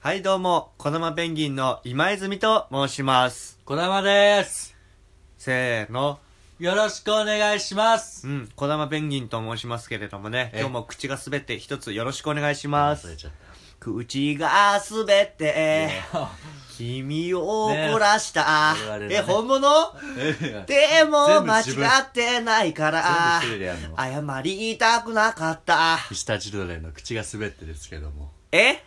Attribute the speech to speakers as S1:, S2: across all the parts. S1: はいどうも、このまペンギンの今泉と申します。
S2: 小玉です。
S1: せーの。
S2: よろしくお願いします。
S1: うん、こだまペンギンと申しますけれどもね、
S2: え
S1: 今日も口が滑って一つよろしくお願いしま
S2: 忘れ
S1: す。
S2: ちゃっ。
S1: 口が滑ってて、君を怒らした。
S2: ね我々のね
S1: え、本物
S2: で、
S1: でも
S2: 全部
S1: 間違
S2: 自分
S1: ってないから
S2: 全部一人でやんの、
S1: 謝りたくなかった。
S2: 石田チルドレンの口が滑ってですけども。
S1: え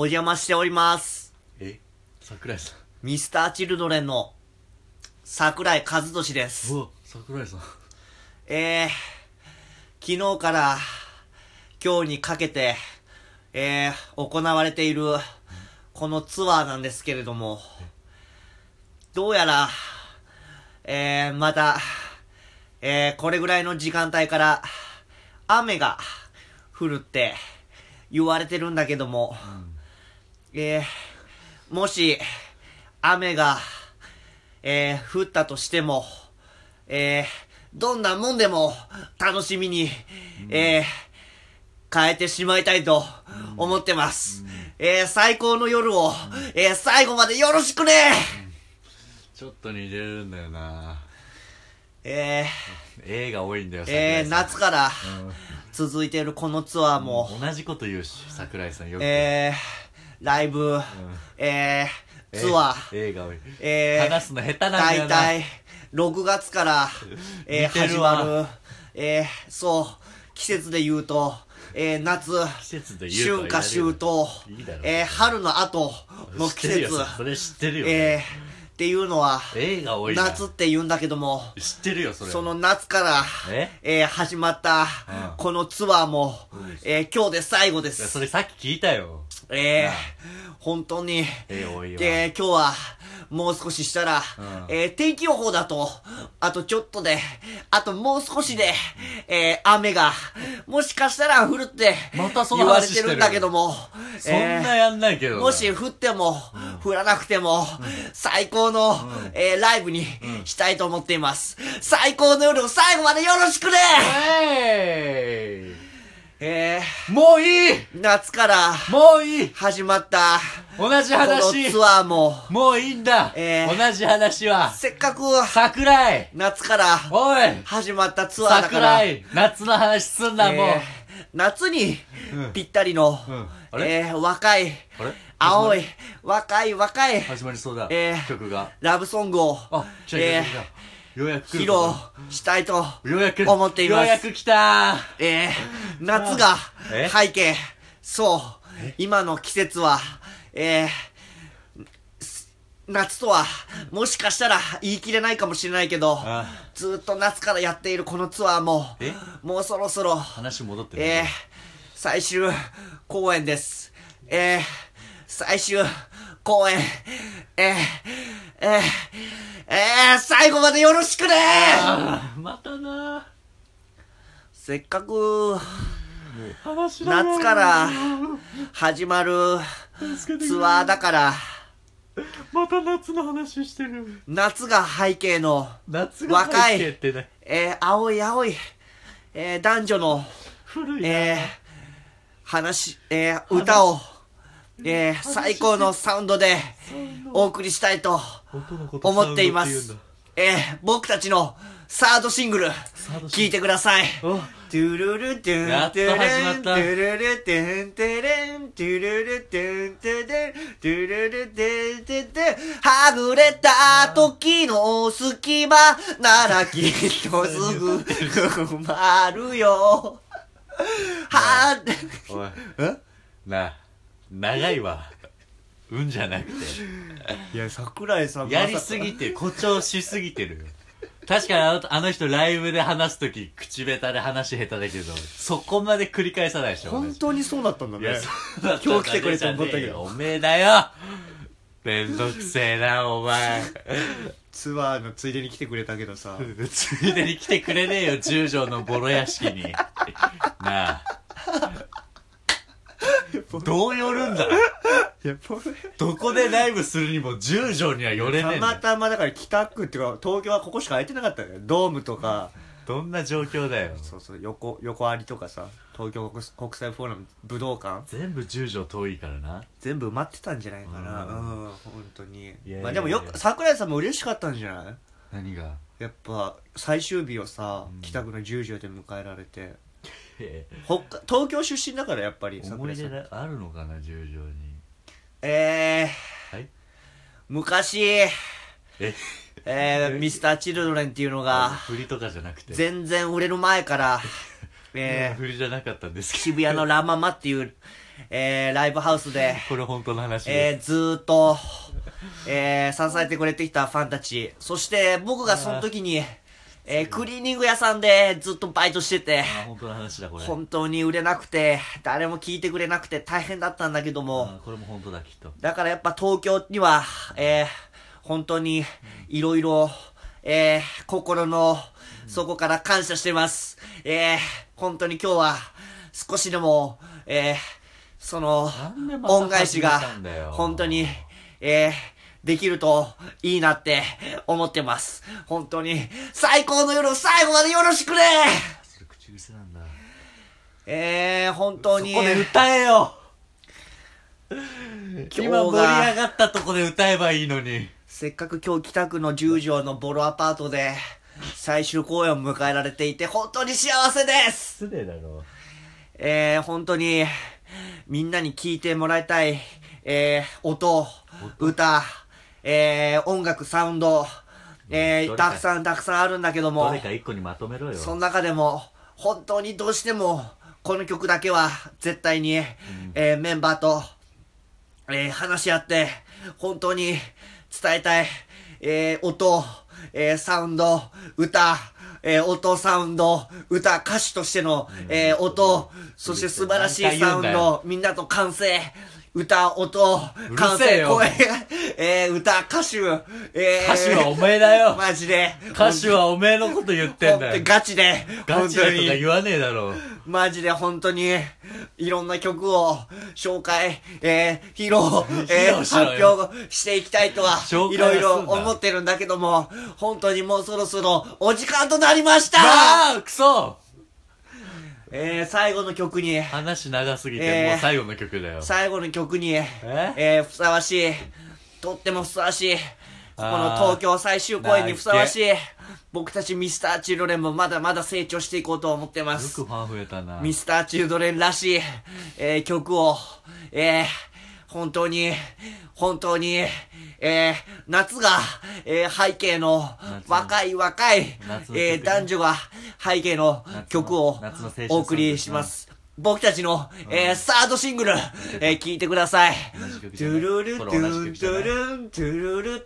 S1: お邪魔しております。
S2: え桜井さ
S1: ミスターチルドレンの桜井和俊で
S2: ん。
S1: す。
S2: うわ、桜井さん。
S1: えー、昨日から今日にかけて、えー、行われているこのツアーなんですけれども、どうやら、えー、また、えー、これぐらいの時間帯から雨が降るって言われてるんだけども、えー、もし雨が、えー、降ったとしても、えー、どんなもんでも楽しみに、えー、変えてしまいたいと思ってます。えー、最高の夜を、えー、最後までよろしくね、
S2: ちょっと似てるんだよな。
S1: え
S2: A が多いんだよ、
S1: ー、えー、
S2: 桜井
S1: 夏から
S2: さん。うん
S1: 続いているこのツアーも、
S2: 同じこと言うし、桜井さんよく。
S1: えー、ライブ、えー、ツアー、
S2: A が多い。
S1: えー、
S2: 話すの下手なんだよ
S1: 大体
S2: な。
S1: 6月から、えー
S2: 似て
S1: 始
S2: る
S1: ま
S2: わ
S1: る、えーそう季節で言うと、えー夏
S2: 季節で言
S1: 春
S2: うと
S1: 夏
S2: は言
S1: 秋
S2: われる
S1: 冬
S2: いいだろ
S1: えー春の後の季
S2: 知ってる
S1: 節
S2: よそれ知ってるよ。
S1: えーっていうのは
S2: A が多いな。
S1: 夏って言うんだけども
S2: 知ってるよ、それ。
S1: その夏から
S2: え
S1: えー始まった
S2: うん
S1: このツアーも、えー今日で最後で
S2: いや
S1: す
S2: それさっき聞いたよ。
S1: えー本当に
S2: A 多いわ。
S1: で、今日は、もう少ししたら、
S2: うん
S1: えー天気予報だと、あとちょっとで、あともう少しで、えー雨が、もしかしたら降るって、
S2: またその
S1: 言われ
S2: 話しててる
S1: るんだけども、
S2: そんなやんないけどな。
S1: もし降っても、降らなくても、最高の、えーライブにしたいと思っています。最高の夜を最後までよろしくね、
S2: え
S1: え
S2: いもういい
S1: ー夏から
S2: もういい
S1: 始まった、
S2: 同じ
S1: この
S2: 話
S1: ツアーも、
S2: もういいんだ、
S1: えー
S2: 同じ話は
S1: せっかく
S2: 桜井
S1: 夏から、
S2: おい
S1: 始まったツアーだから、
S2: 桜井夏の話すんな、もう
S1: えー夏にぴったりの、
S2: うんあれ
S1: えー若い、
S2: あれ
S1: 青い、若い若い、
S2: 始まりそうだ、
S1: えー
S2: 曲が
S1: ラブソングを
S2: あ違う、
S1: えー
S2: 曲がようやく
S1: 披
S2: 来る
S1: 露したいと、
S2: ようやく
S1: 思っています
S2: ようやく来た
S1: えー夏が
S2: え
S1: 背景、そう、今の季節は、えーす夏とは、もしかしたら言い切れないかもしれないけど、
S2: あ
S1: ずーっと夏からやっているこのツアーも
S2: え、
S1: もうそろそろ、
S2: 話戻ってる、
S1: えー、最終公演です。えー、最終公演。えー、えー、えー、最後までよろしくね
S2: あーまたな
S1: せっかく
S2: 話だな
S1: 夏から始まる
S2: 助けてくれ
S1: ツアーだから、
S2: また夏の話してる
S1: 夏が背景の、
S2: 夏が
S1: 若い
S2: 背景ってね
S1: えー、青い青い、えー、男女の、
S2: 古いな、
S1: えー、話、えー、歌を、えー、最高のサウンドでお送りしたいと
S2: 音のこと
S1: 思っていま
S2: サウンド
S1: す
S2: って。
S1: えー、僕たちのサードシングル、
S2: ードシングル
S1: 聴いてください。
S2: 言うんだ
S1: トゥルルトゥ
S2: や
S1: ン
S2: っ
S1: トゥ
S2: と始
S1: ルン
S2: まっ
S1: ト
S2: た
S1: ゥルルトゥントゥルントゥルルトゥントゥルントゥルルトゥントゥルンはぐれた時の隙間ならきっとすぐ埋まるよ。は
S2: おおいなあ長いわうんじゃなくて
S1: いや、桜井さん
S2: やりすぎて誇張しすぎてるよ確かにあのあの人ライブで話す時口下手で話下手だけどそこまで繰り返さないでしょ
S1: 本当にそうだったんだ
S2: いや
S1: ね。
S2: そうだ
S1: 今日来てくれて思ったけど
S2: じゃねえよおめえだよめんどくせえなお前
S1: ツアーのついでに来てくれたけどさ。
S2: ついでに来てくれねえよ十条のボロ屋敷になあどう寄るんだ
S1: いや、これ。
S2: どこでライブするにも十条には寄れね
S1: た
S2: えん
S1: ま
S2: だ
S1: たまだから北区っていうか東京はここしか空いてなかったよねドームとか
S2: どんな状況だよ
S1: そうそう横横ありとかさ東京国国際フォーラム武道館
S2: 全部十条遠いからな
S1: 全部埋まってたんじゃないかなう
S2: うんん
S1: 本当に
S2: いやいやいや
S1: まあでもよく桜井さんも嬉しかったんじゃない
S2: 何が
S1: やっぱ最終日をさ、
S2: うん
S1: 北区の十条で迎えられて
S2: え
S1: 北海東京出身だからやっぱり
S2: 思
S1: 桜
S2: い
S1: 井さ
S2: 出
S1: ん
S2: なあるのかな十条に
S1: えー、
S2: はい
S1: 昔
S2: え
S1: えー、ミスターチルドレンっていうの
S2: あ
S1: が
S2: 振りとかじゃなくて
S1: 全然売れる前から、えー、
S2: 振りじゃなかったんですけど
S1: 渋谷のラ・ママっていう、えー、ライブハウスで、
S2: これ本当の話
S1: え
S2: で
S1: ー、ずーっと、えー、支えてくれてきたファンたちそして僕がその時に、えー、クリーニング屋さんでずっとバイトしてて
S2: すあ本当の話だこれ
S1: 本当に売れなくて誰も聞いてくれなくて大変だったんだけども、
S2: あこれも本当だきっと
S1: だからやっぱ東京には、えー本当にいろいろ、えー心の底から感謝してます。えー本当に今日は少しでも、えーその
S2: なんで、また
S1: 恩返しが
S2: 始めたんだよ
S1: 本当に、えーできるといいなって思ってます。本当に最高の夜を最後までよろしくね
S2: それ口癖なんだ
S1: えー、本当
S2: そ
S1: に。
S2: こで歌えよ
S1: 今日が
S2: 今盛り上がったとこで歌えばいいのに
S1: せっかく今日北区の十条のボロアパートで最終公演を迎えられていて本当に幸せです
S2: 失礼だろ
S1: えー、本当にみんなに聞いてもらいたい、えー、音、歌、えー、音楽、サウンド、え
S2: ど
S1: ー、
S2: れか
S1: たくさんたくさんあるんだけど
S2: ど
S1: も
S2: れ、か一個にまとめろよ
S1: その中でも本当にどうしてもこの曲だけは絶対に、えーメンバーと、えー話し合って本当に伝えたい、えー音、えーサウンド歌、えー音サウンド歌歌手としての、えー音そして素晴らしいサウン
S2: 何回言うんだよ
S1: ドみんなと歓声歌音
S2: うる
S1: 歓
S2: せえ
S1: 声
S2: よ
S1: 声、えー歌歌手、えー
S2: 歌手はおめえだよ
S1: マジで
S2: 歌手はおめえのこと言ってんだ
S1: 本当に
S2: よ
S1: ガチで
S2: ガチだ
S1: 本当
S2: とか
S1: に
S2: 言わねえだろ
S1: マジで本当にいろんな曲を紹介、えー、披露、えー、
S2: 披露しろ
S1: 発
S2: よ
S1: 表していきたいとは
S2: 紹、
S1: い
S2: 介は
S1: ろいろ
S2: すんな
S1: 思ってるんだけども、本当にもうそろそろお時間となりました、
S2: ああクソ
S1: えー、最後の曲に、
S2: 話長すぎ
S1: えー
S2: てもう最後の曲だよ
S1: 最後の曲に、え
S2: え
S1: ー、ふさわしい、とってもふさわしい、この
S2: あー
S1: 東京最終公演にふさわしい、僕たちミスターチルドレンもまだまだ成長していこうと思ってま
S2: よ
S1: す。
S2: くファン増えたな
S1: ミスターチルドレンらしい、えー曲を、えー本当に、本当に、えー夏が、えー背景の
S2: 夏の
S1: 若い若い
S2: 夏、の
S1: えー
S2: 曲
S1: 男女が背景の
S2: 夏の
S1: 曲を
S2: 夏の青春
S1: お送りします。僕たちの、えーサードシングル、えー聞いてください。
S2: じ
S1: ト
S2: 曲じゃな
S1: ゥ
S2: い
S1: ルルト
S2: こ
S1: ゥ
S2: れ同じ
S1: ン
S2: 曲
S1: ト
S2: じゃ
S1: ゥ
S2: ない
S1: ルン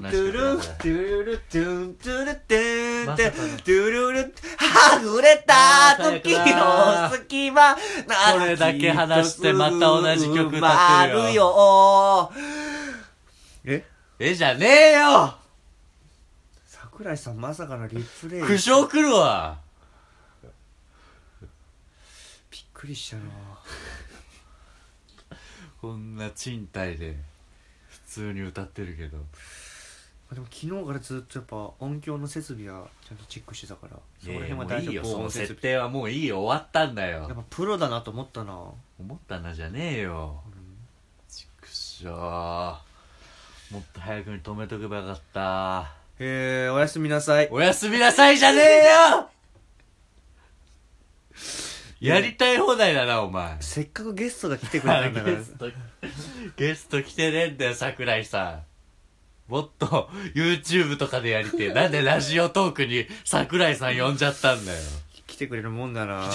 S1: トゥルルトゥントゥ
S2: 同じ曲
S1: ル
S2: だ
S1: ン
S2: これ
S1: トゥルルトゥントゥルトゥントゥルルは
S2: まさかの
S1: ぐれた時の隙間なら
S2: これだけ話してまた同じ曲歌ってる
S1: 埋
S2: よ
S1: まるよえ
S2: えじゃねえよ
S1: 桜井さんまさかのリプレイび
S2: 苦
S1: っ
S2: 笑くるわ
S1: くりしたな
S2: こんな賃貸で普通に歌ってるけど
S1: でも昨日からずっとやっぱ音響の設備はちゃんとチェックしてたからそこら辺は大
S2: いい
S1: 丈
S2: よ
S1: 夫
S2: その
S1: 設
S2: 設
S1: 備
S2: 定はもういいよ終わったんだ
S1: やっ
S2: よ
S1: ぱプロだなと思ったな
S2: 思ったなじゃねえよちくしょうもっと早くに止めとけばよかった
S1: えー、おやすみなさい
S2: おやすみなさいじゃねえよやりたい放題だなお前
S1: せっかくゲストが来てくれたんだから
S2: ゲストゲスト来てねえんだよ桜井さんもっと YouTube とかでやりてえなんでラジオトークに桜井さん呼んじゃったんだよ
S1: 来てくれるもんだな